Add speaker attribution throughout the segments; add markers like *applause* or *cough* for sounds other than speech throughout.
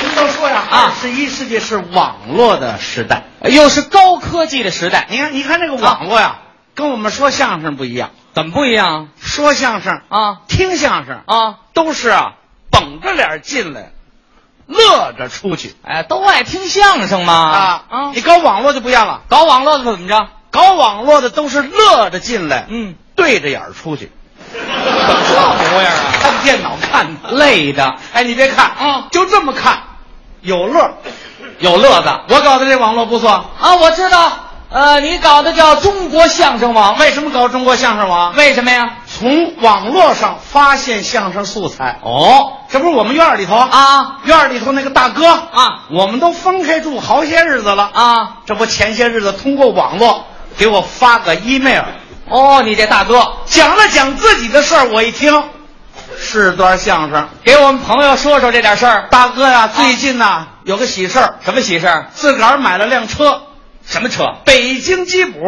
Speaker 1: 啊
Speaker 2: 二十一世纪是网络的时代。
Speaker 1: 又是高科技的时代，啊
Speaker 2: 你看，你看这个网络呀、跟我们说相声不一样。
Speaker 1: 怎么不一样
Speaker 2: 说相声、
Speaker 1: 啊？
Speaker 2: 听相声
Speaker 1: 啊，
Speaker 2: 都是啊，绷着脸进来，乐着出去
Speaker 1: 哎，都爱听相声嘛啊
Speaker 2: 你！搞网络就不一样了，
Speaker 1: 搞网络的怎么着？
Speaker 2: 搞网络的都是乐着进来，
Speaker 1: 嗯，
Speaker 2: 对着眼儿出去，
Speaker 1: 怎么这模样啊？
Speaker 2: 看电脑看的。
Speaker 1: 累的，
Speaker 2: 哎，你别看
Speaker 1: 啊
Speaker 2: 就这么看，有乐儿。
Speaker 1: 有乐子
Speaker 2: 我搞的这网络不错，
Speaker 1: 啊！我知道，呃，你搞的叫中国相声网，
Speaker 2: 为什么搞中国相声网？
Speaker 1: 为什么呀？
Speaker 2: 从网络上发现相声素材，
Speaker 1: 哦
Speaker 2: 这不是我们院儿里头啊，
Speaker 1: 啊
Speaker 2: 院儿里头那个大哥
Speaker 1: 啊
Speaker 2: 我们都分开住好些日子了啊。
Speaker 1: 啊！
Speaker 2: 这不前些日子通过网络给我发个 email，
Speaker 1: 哦，你这大哥
Speaker 2: 讲了讲自己的事儿，我一听是段相声。
Speaker 1: 给我们朋友说说这点事儿，
Speaker 2: 大哥呀、最近呐、有个喜事儿，
Speaker 1: 啊什么喜事儿？
Speaker 2: 自个儿买了辆车，
Speaker 1: 什么车？
Speaker 2: 北京吉普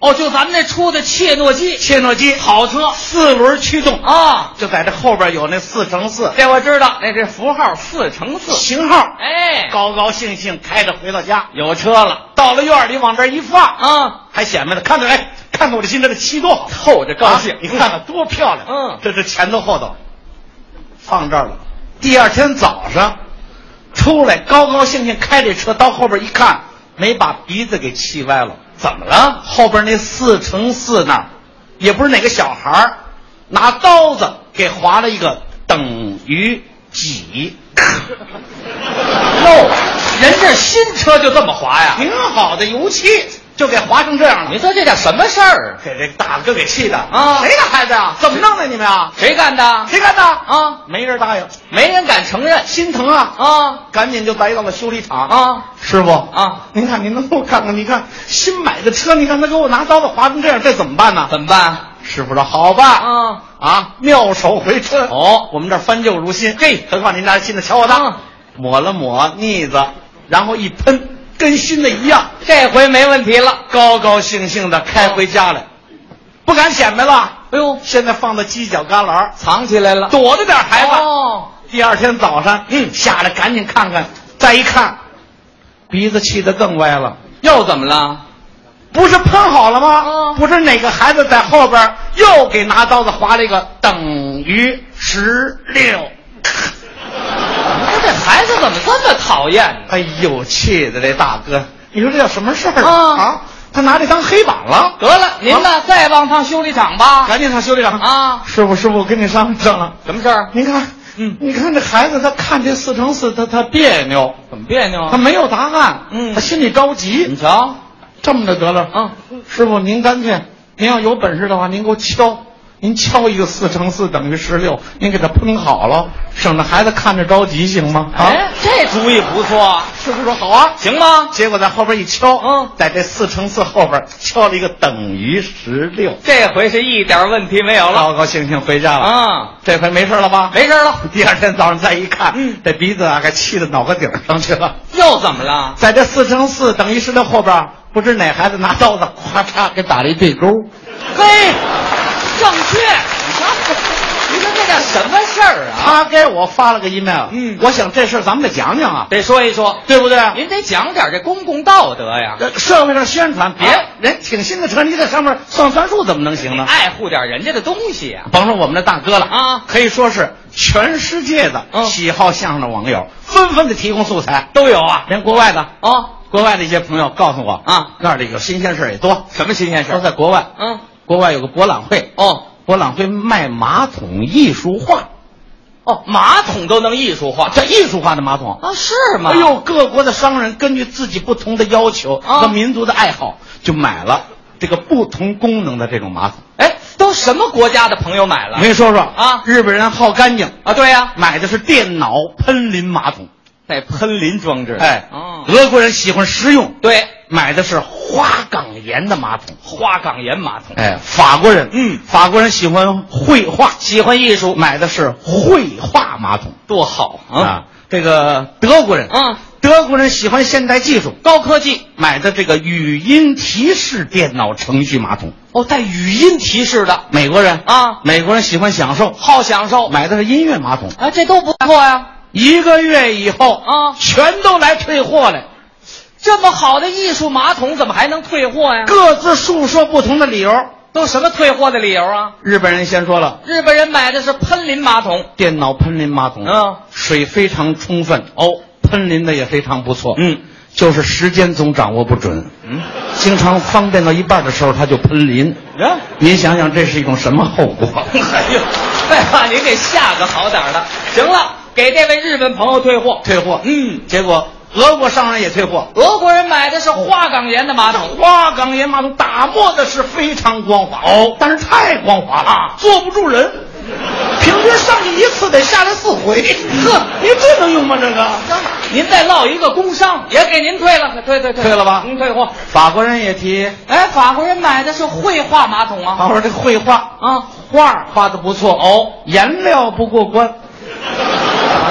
Speaker 1: 哦，就咱们这出的切诺基
Speaker 2: 切诺基，好车，四轮驱动，
Speaker 1: 啊！
Speaker 2: 就在这后边有那四乘四
Speaker 1: 这我知道，那是符号四乘四。
Speaker 2: 型号，
Speaker 1: 哎，
Speaker 2: 高高兴兴开着回到家，
Speaker 1: 有车了
Speaker 2: 到了院儿里往这儿一放，
Speaker 1: 啊！
Speaker 2: 还显摆呢，看看哎，看看我这新车的漆多好。
Speaker 1: 透着高兴
Speaker 2: 啊。你看看多漂亮！
Speaker 1: 嗯
Speaker 2: 这是前头后头，放这儿了。第二天早上出来，高高兴兴开这车，到后边一看，没把鼻子给气歪了。
Speaker 1: 怎么了？
Speaker 2: 后边那四乘四那儿，也不是哪个小孩儿，拿刀子给划了一个等于几，
Speaker 1: *laughs* 哟，人这新车就这么滑呀？
Speaker 2: 挺好的油漆就给划成这样
Speaker 1: 你
Speaker 2: 了。
Speaker 1: 说这叫什么事儿？
Speaker 2: 给这大哥给气的
Speaker 1: 啊
Speaker 2: 谁的孩子啊？怎么弄的你们啊？
Speaker 1: 谁干的？
Speaker 2: 谁干的？
Speaker 1: 啊，
Speaker 2: 没人答应，
Speaker 1: 没人敢承认
Speaker 2: 心疼啊！
Speaker 1: 啊
Speaker 2: 赶紧就来到了修理厂。
Speaker 1: 啊
Speaker 2: 师傅
Speaker 1: 啊！
Speaker 2: 您看，您能给我看看？你看新买的车，你看他给我拿刀子划成这样，这怎么办呢？
Speaker 1: 怎么办？
Speaker 2: 师傅说：“好吧，
Speaker 1: 啊，
Speaker 2: 啊，妙手回春。
Speaker 1: 哦，
Speaker 2: 我们这儿翻旧如新。
Speaker 1: 嘿
Speaker 2: 何况您家新的，瞧我的，
Speaker 1: 嗯
Speaker 2: 抹了抹腻子，然后一喷，跟新的一样，
Speaker 1: 这回没问题了。
Speaker 2: 高高兴兴的开回家来，不敢显摆了。
Speaker 1: 哦哎呦，
Speaker 2: 现在放到犄角旮旯，
Speaker 1: 藏起来了。
Speaker 2: 躲着点孩子。
Speaker 1: 哦，
Speaker 2: 第二天早上，嗯，下来赶紧看看，再一看，鼻子气得更歪了。
Speaker 1: 又怎么了？
Speaker 2: 不是喷好了吗？
Speaker 1: 嗯
Speaker 2: 不是哪个孩子在后边又给拿刀子划了一个等于十六，
Speaker 1: 哎这孩子怎么这么讨厌呢？
Speaker 2: 哎呦，气的这大哥，你说这叫什么事儿
Speaker 1: 啊
Speaker 2: 啊？他拿这当黑板了，
Speaker 1: 得了，您呢？再往上修理厂吧。
Speaker 2: 赶紧上修理厂！
Speaker 1: 啊，
Speaker 2: 师傅，师傅，我跟你商量商量。
Speaker 1: 什么事儿？
Speaker 2: 您看，
Speaker 1: 嗯
Speaker 2: 你看这孩子，他看这四乘四，他他别扭，
Speaker 1: 怎么别扭啊
Speaker 2: 他？没有答案，
Speaker 1: 嗯
Speaker 2: 他心里着急。
Speaker 1: 你瞧，
Speaker 2: 这么着得了，
Speaker 1: 嗯，
Speaker 2: 师傅，您干脆，您要有本事的话，您给我敲，您敲一个四乘四等于十六，您给它喷好了，省得孩子看着着急，行吗？啊，
Speaker 1: 哎，这主意不错，
Speaker 2: 师傅说好啊。
Speaker 1: 行吗？
Speaker 2: 结果在后边一敲，
Speaker 1: 嗯
Speaker 2: 在这四乘四后边敲了一个等于十六，
Speaker 1: 这回是一点问题没有了。
Speaker 2: 高高兴兴回家了。
Speaker 1: 啊，
Speaker 2: 这回没事了吧？
Speaker 1: 没事了。
Speaker 2: 第二天早上再一看，
Speaker 1: 嗯
Speaker 2: 这鼻子啊，给气到脑壳顶上去了。
Speaker 1: 又怎么了？
Speaker 2: 在这四乘四等于十六后边，不知哪孩子拿刀子咔嚓给打了一对勾。
Speaker 1: 嘿，正确。你瞧，你说这叫什么事儿啊？
Speaker 2: 他给我发了个 email，
Speaker 1: 嗯
Speaker 2: 我想这事儿咱们得讲讲啊，
Speaker 1: 得说一说，
Speaker 2: 对不对？
Speaker 1: 您得讲点这公共道德呀，
Speaker 2: 呃社会上宣传，别、
Speaker 1: 嗯啊
Speaker 2: 人挺新的车，你在上面算算数怎么能行呢？
Speaker 1: 爱护点人家的东西呀。
Speaker 2: 甭说我们的大哥了
Speaker 1: 啊
Speaker 2: 可以说是全世界的
Speaker 1: 嗯
Speaker 2: 喜好相声的网友纷纷的提供素材，
Speaker 1: 都有啊。
Speaker 2: 连国外的
Speaker 1: 哦，
Speaker 2: 国外的一些朋友告诉我
Speaker 1: 啊，
Speaker 2: 那儿的有新鲜事儿也多，
Speaker 1: 什么新鲜事
Speaker 2: 说
Speaker 1: 儿？
Speaker 2: 在国外，
Speaker 1: 嗯，
Speaker 2: 国外有个博览会，
Speaker 1: 哦
Speaker 2: 博览会卖马桶艺术化，
Speaker 1: 哦，马桶都能艺术化
Speaker 2: 叫艺术化的马桶，
Speaker 1: 啊？是吗？
Speaker 2: 哎，呦，各国的商人根据自己不同的要求
Speaker 1: 啊
Speaker 2: 和民族的爱好，就买了这个不同功能的这种马桶。
Speaker 1: 哎，都什么国家的朋友买
Speaker 2: 我
Speaker 1: 了
Speaker 2: 跟你说说
Speaker 1: 啊
Speaker 2: 日本人好干净，
Speaker 1: 啊？对呀，
Speaker 2: 买的是电脑喷淋马桶。
Speaker 1: 带喷淋装置。
Speaker 2: 哎，
Speaker 1: 哦，
Speaker 2: 俄国人喜欢实用，
Speaker 1: 对，
Speaker 2: 买的是花岗岩的马桶。
Speaker 1: 花岗岩马桶，
Speaker 2: 哎，法国人，
Speaker 1: 嗯
Speaker 2: 法国人喜欢绘画，喜欢艺术，买的是绘画马桶
Speaker 1: 多好啊！
Speaker 2: 啊。这个德国人，
Speaker 1: 嗯，
Speaker 2: 德国人喜欢现代技术，
Speaker 1: 高科技
Speaker 2: 买的这个语音提示电脑程序马桶。
Speaker 1: 哦，带语音提示的
Speaker 2: 美国人
Speaker 1: 啊
Speaker 2: 美国人喜欢享受，
Speaker 1: 好享受
Speaker 2: 买的是音乐马桶。
Speaker 1: 啊，这都不错呀。
Speaker 2: 一个月以后
Speaker 1: 啊
Speaker 2: 全都来退货来，
Speaker 1: 这么好的艺术马桶，怎么还能退货呀？
Speaker 2: 各自述说不同的理由。
Speaker 1: 都什么退货的理由啊？
Speaker 2: 日本人先说了，
Speaker 1: 日本人买的是喷淋马桶，
Speaker 2: 电脑喷淋马桶，
Speaker 1: 嗯
Speaker 2: 水非常充分哦，喷淋的也非常不错，
Speaker 1: 嗯，
Speaker 2: 就是时间总掌握不准，
Speaker 1: 嗯，
Speaker 2: 经常方便到一半的时候它就喷淋，您想想这是一种什么后果？
Speaker 1: 啊
Speaker 2: *laughs*
Speaker 1: 哎呦，再把您给吓个好歹儿的。行了，给这位日本朋友退货。
Speaker 2: 退货，
Speaker 1: 嗯，
Speaker 2: 结果俄国商人也退货，
Speaker 1: 俄国人买的是花岗岩的马桶，
Speaker 2: 花岗岩马桶打磨的是非常光滑哦，但是太光滑了，
Speaker 1: 啊
Speaker 2: 坐不住人，平均上去一次得下来四回。
Speaker 1: 呵
Speaker 2: 您这能用吗？这个
Speaker 1: 您再落一个工伤，也给您退了，退退退
Speaker 2: 退了吧
Speaker 1: 您退货。
Speaker 2: 法国人也提，
Speaker 1: 哎，法国人买的是绘画马桶啊，
Speaker 2: 法国人这绘画
Speaker 1: 啊，
Speaker 2: 画画的不错哦，颜料不过关，
Speaker 1: 啊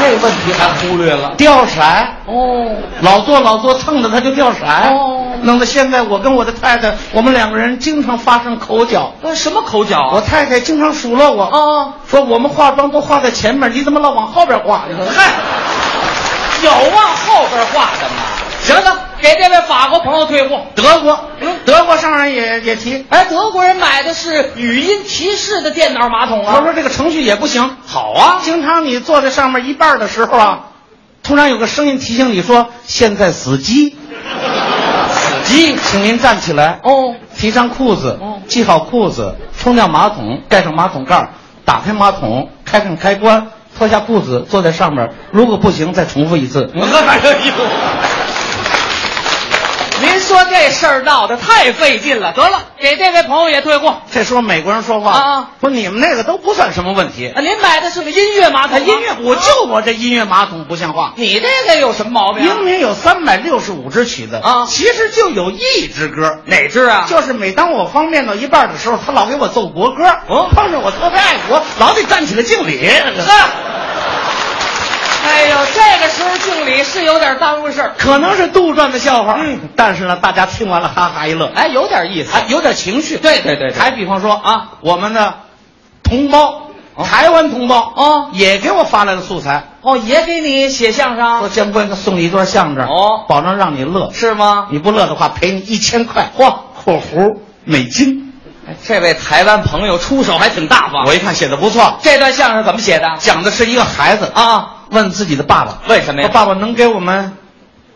Speaker 1: 这问题还忽略了。
Speaker 2: 掉色儿。
Speaker 1: 哦，
Speaker 2: 老做老做，蹭着它就掉色儿
Speaker 1: 哦
Speaker 2: 弄得现在我跟我的太太，我们两个人经常发生口角。
Speaker 1: 那什么口角
Speaker 2: 我
Speaker 1: 啊？
Speaker 2: 太太经常数落我，
Speaker 1: 啊，
Speaker 2: 说我们化妆都化在前面，你怎么老往后边化？
Speaker 1: 嗨，有往后边画的吗？行了，给这位法国朋友退货。
Speaker 2: 德国，
Speaker 1: 嗯
Speaker 2: 德国商人也也提，
Speaker 1: 哎，德国人买的是语音提示的电脑马桶
Speaker 2: 他
Speaker 1: 啊。
Speaker 2: 说这个程序也不行。
Speaker 1: 好啊，
Speaker 2: 经常你坐在上面一半的时候啊，突然有个声音提醒你说现在死机，
Speaker 1: 死机。
Speaker 2: 请您站起来，
Speaker 1: 哦，
Speaker 2: 提上裤子
Speaker 1: 哦，
Speaker 2: 系好裤子，冲掉马桶，盖上马桶盖儿，打开马桶，开上开关，脱下裤子，坐在上面。如果不行，再重复一
Speaker 1: *laughs*
Speaker 2: 次。
Speaker 1: 我喝反正您说这事儿闹得太费劲了，得了，给这位朋友也退货。
Speaker 2: 这时候美国人说话，
Speaker 1: 啊
Speaker 2: 说你们那个都不算什么问题。
Speaker 1: 啊，您买的是个哎音乐马桶吗，啊
Speaker 2: 音乐，我就我这音乐马桶不像话。
Speaker 1: 你这个有什么毛病啊？
Speaker 2: 明明有三百六十五支曲子
Speaker 1: 啊
Speaker 2: 其实就有一支歌，
Speaker 1: 哪支啊？
Speaker 2: 就是每当我方便到一半的时候，他老给我奏国歌。
Speaker 1: 哦
Speaker 2: 碰上我特别爱国，老得站起来敬
Speaker 1: *laughs*
Speaker 2: 礼。
Speaker 1: 呵，哎呦，这个时候敬礼是有点耽误事儿，
Speaker 2: 可能是杜撰的笑话，
Speaker 1: 嗯，
Speaker 2: 但是呢，大家听完了哈哈一乐，
Speaker 1: 哎，有点意思。
Speaker 2: 还有点情绪。
Speaker 1: 对对对对
Speaker 2: 还比方说啊，我们的同胞，台湾同胞
Speaker 1: 哦
Speaker 2: 也给我发来了素材，
Speaker 1: 哦，也给你写相
Speaker 2: 说
Speaker 1: 声
Speaker 2: 监官送你一段相声，
Speaker 1: 哦
Speaker 2: 保证让你乐。
Speaker 1: 是吗？
Speaker 2: 你不乐的话，赔你一千块。嚯，括弧美金。
Speaker 1: 哎这位台湾朋友出手还挺大方。
Speaker 2: 我一看写的不错，
Speaker 1: 这段相声怎么写的？
Speaker 2: 讲的是一个孩子
Speaker 1: 啊，
Speaker 2: 问自己的爸爸，
Speaker 1: 为什么
Speaker 2: 说
Speaker 1: 呀？
Speaker 2: 爸爸能给我们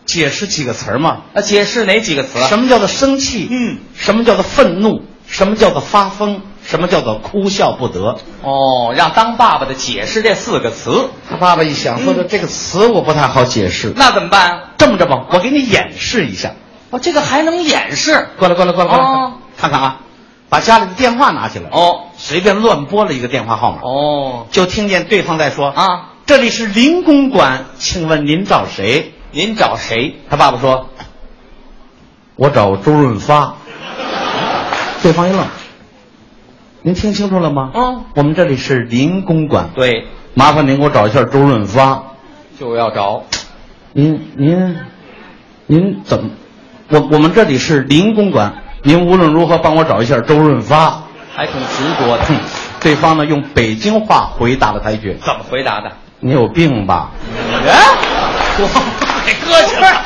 Speaker 2: 解释几个词儿吗？
Speaker 1: 啊，解释哪几个词？
Speaker 2: 什么叫做生气？
Speaker 1: 嗯，
Speaker 2: 什么叫做愤怒？什么叫做发疯？什么叫做哭笑不得？
Speaker 1: 哦，让当爸爸的解释这四个词，
Speaker 2: 他爸爸一想，说
Speaker 1: 嗯
Speaker 2: 的这个词我不太好解释。
Speaker 1: 那怎么办啊？
Speaker 2: 这么着吧，我给你演示一下。
Speaker 1: 哦，这个还能演示？
Speaker 2: 过来，过来，过来，过来，
Speaker 1: 哦
Speaker 2: 看看啊，把家里的电话拿起来，
Speaker 1: 哦
Speaker 2: 随便乱拨了一个电话号码，
Speaker 1: 哦
Speaker 2: 就听见对方在说：“
Speaker 1: 啊，
Speaker 2: 这里是林公馆，请问您找谁
Speaker 1: 您找谁？？”
Speaker 2: 他爸爸说：“我找周润
Speaker 1: *laughs*
Speaker 2: 发。”对方一愣：“您听清楚了吗？”
Speaker 1: 嗯，
Speaker 2: 我们这里是林公馆，
Speaker 1: 对，
Speaker 2: 麻烦您给我找一下周润发。
Speaker 1: 就要找。
Speaker 2: 您您您怎么？我我们这里是林公馆，您无论如何帮我找一下周润发。
Speaker 1: 还挺执着的。
Speaker 2: 哼对方呢用北京话回答了他一句
Speaker 1: 怎么回答的？：“
Speaker 2: 你有病吧
Speaker 1: 哎，我哎 *laughs* 给搁起来。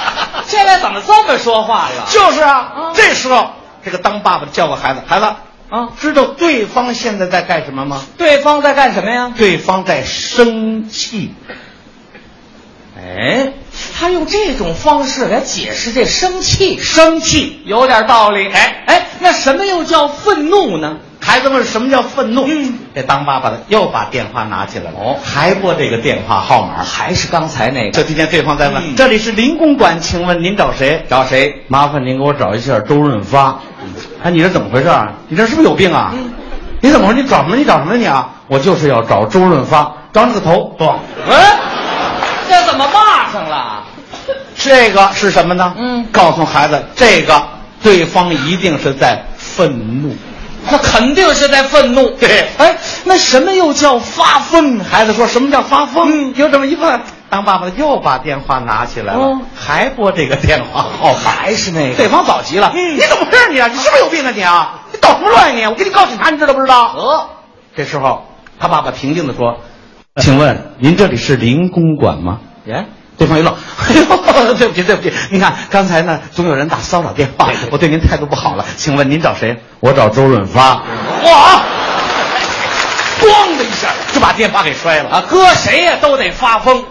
Speaker 1: 这位怎么这么说话呀？”
Speaker 2: 就是啊
Speaker 1: 嗯
Speaker 2: 这时候这个当爸爸的叫过孩子，孩子
Speaker 1: 啊，
Speaker 2: 知道对方现在在干什么吗？
Speaker 1: 对方在干什么呀？
Speaker 2: 对方在生气。
Speaker 1: 哎，他用这种方式来解释这生气，
Speaker 2: 生气
Speaker 1: 有点道理。哎哎，那什么又叫愤怒呢？
Speaker 2: 孩子们什么叫愤怒？
Speaker 1: 嗯，
Speaker 2: 这当爸爸的又把电话拿起来了，
Speaker 1: 哦
Speaker 2: 还拨这个电话号码。
Speaker 1: 还是刚才那
Speaker 2: 就听见对方在问：“
Speaker 1: 嗯
Speaker 2: 这里是林公馆，请问您找谁？”
Speaker 1: 找谁？
Speaker 2: 麻烦您给我找一下周润发。哎，你这怎么回事啊？你这是不是有病啊？
Speaker 1: 嗯
Speaker 2: 你怎么回事？你找什么？你找什么呀？你啊？我就是要找周润发，找你个头！不，
Speaker 1: 哎，这怎么骂上了？
Speaker 2: 这个是什么呢？
Speaker 1: 嗯
Speaker 2: 告诉孩子，这个对方一定是在愤怒。
Speaker 1: 那肯定是在愤怒。
Speaker 2: 对
Speaker 1: 哎，那什么又叫发疯？
Speaker 2: 孩子说什么叫发疯？
Speaker 1: 嗯
Speaker 2: 有这么一问，当爸爸的又把电话拿起来了，
Speaker 1: 哦
Speaker 2: 还拨这个电话号码，
Speaker 1: 还是那个
Speaker 2: 对方早急了，
Speaker 1: 嗯
Speaker 2: 你怎么回事你啊？你是不是有病啊你啊？你搞什么乱你？我给你告警察，你知道不知道？
Speaker 1: 哦，
Speaker 2: 这时候，他爸爸平静地说：“请问您这里是林公馆吗？
Speaker 1: 耶，
Speaker 2: 对方一愣， *laughs* 哎呦，对不起，对不起，您看刚才呢，总有人打骚扰电话，我对您态度不好了，请问您找谁？我找周润发。
Speaker 1: 哇，咣的一下
Speaker 2: 就把电话给摔了
Speaker 1: 啊，搁谁呀、都得发疯。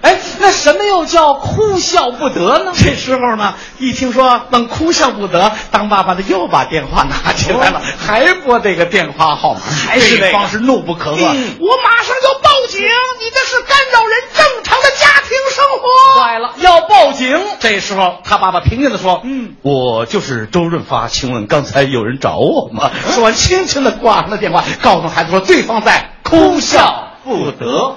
Speaker 1: 哎，那什么又叫哭笑不得呢？
Speaker 2: 这时候呢，一听说愣哭笑不得，当爸爸的又把电话拿起来了，
Speaker 1: 哦
Speaker 2: 还拨这个电话号码，
Speaker 1: 还是
Speaker 2: 对
Speaker 1: 那个
Speaker 2: 方是怒不可遏。
Speaker 1: 嗯
Speaker 2: 我马上就报警，你这是干扰人正常的家庭生活。
Speaker 1: 坏了，要报警！
Speaker 2: 这时候，他爸爸平静地说：“
Speaker 1: 嗯，
Speaker 2: 我就是周润发，请问刚才有人找我
Speaker 1: *laughs*
Speaker 2: 吗？”说完，轻轻地挂上了电话，告诉孩子说：“对方在哭笑不得。”